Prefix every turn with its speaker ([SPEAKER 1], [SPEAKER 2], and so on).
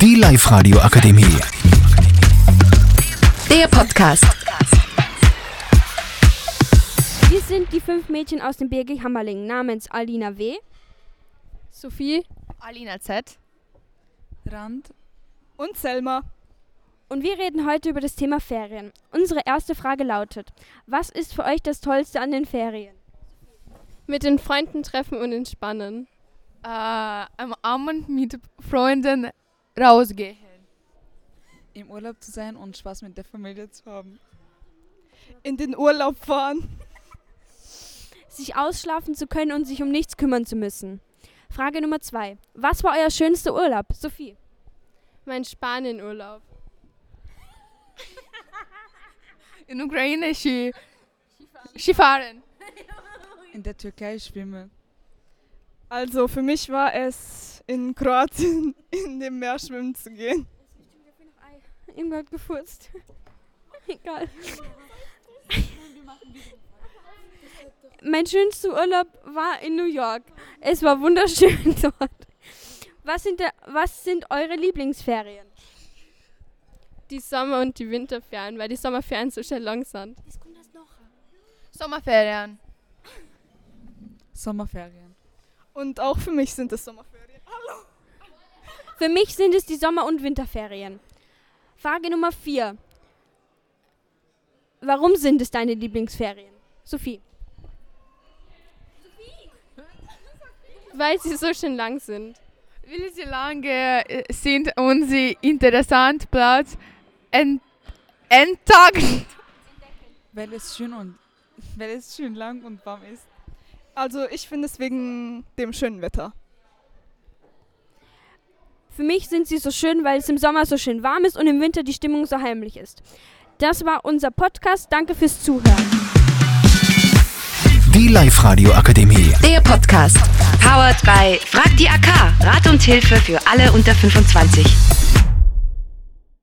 [SPEAKER 1] Die Live-Radio Akademie.
[SPEAKER 2] Der Podcast.
[SPEAKER 3] Wir sind die fünf Mädchen aus dem BG Hammerling namens Alina W., Sophie
[SPEAKER 4] Alina Z.
[SPEAKER 5] Rand.
[SPEAKER 4] Und Selma.
[SPEAKER 3] und wir reden heute über das Thema Ferien. Unsere erste Frage lautet: Was ist für euch das Tollste an den Ferien?
[SPEAKER 6] Mit den Freunden treffen und entspannen.
[SPEAKER 4] Äh, am Abend mit Freunden rausgehen.
[SPEAKER 5] Im Urlaub zu sein und Spaß mit der Familie zu haben.
[SPEAKER 4] In den Urlaub fahren.
[SPEAKER 3] Sich ausschlafen zu können und sich um nichts kümmern zu müssen. Frage Nummer zwei: Was war euer schönster Urlaub? Sophie.
[SPEAKER 6] Mein Spanienurlaub.
[SPEAKER 4] In Ukraine Ski. Skifahren.
[SPEAKER 5] In der Türkei schwimmen.
[SPEAKER 7] Also für mich war es in Kroatien in dem Meer schwimmen zu gehen.
[SPEAKER 3] Irgendwer hat gefurzt. Egal. Mein schönster Urlaub war in New York. Es war wunderschön dort. Was sind, der, was sind eure Lieblingsferien?
[SPEAKER 6] Die Sommer- und die Winterferien, weil die Sommerferien so schnell lang sind.
[SPEAKER 4] Sommerferien.
[SPEAKER 5] Sommerferien.
[SPEAKER 7] Und auch für mich sind es Sommerferien.
[SPEAKER 3] Für mich sind es die Sommer- und Winterferien. Frage Nummer 4. Warum sind es deine Lieblingsferien? Sophie.
[SPEAKER 6] Weil sie so schön lang sind.
[SPEAKER 4] Weil sie lange äh, sind und sie interessant Platz ent entdecken.
[SPEAKER 5] Weil es schön und weil es schön lang und warm ist.
[SPEAKER 7] Also ich finde es wegen dem schönen Wetter.
[SPEAKER 3] Für mich sind sie so schön, weil es im Sommer so schön warm ist und im Winter die Stimmung so heimlich ist. Das war unser Podcast. Danke fürs Zuhören.
[SPEAKER 1] Die Live-Radio Akademie.
[SPEAKER 2] Der Podcast. Powered by Frag die AK. Rat und Hilfe für alle unter 25.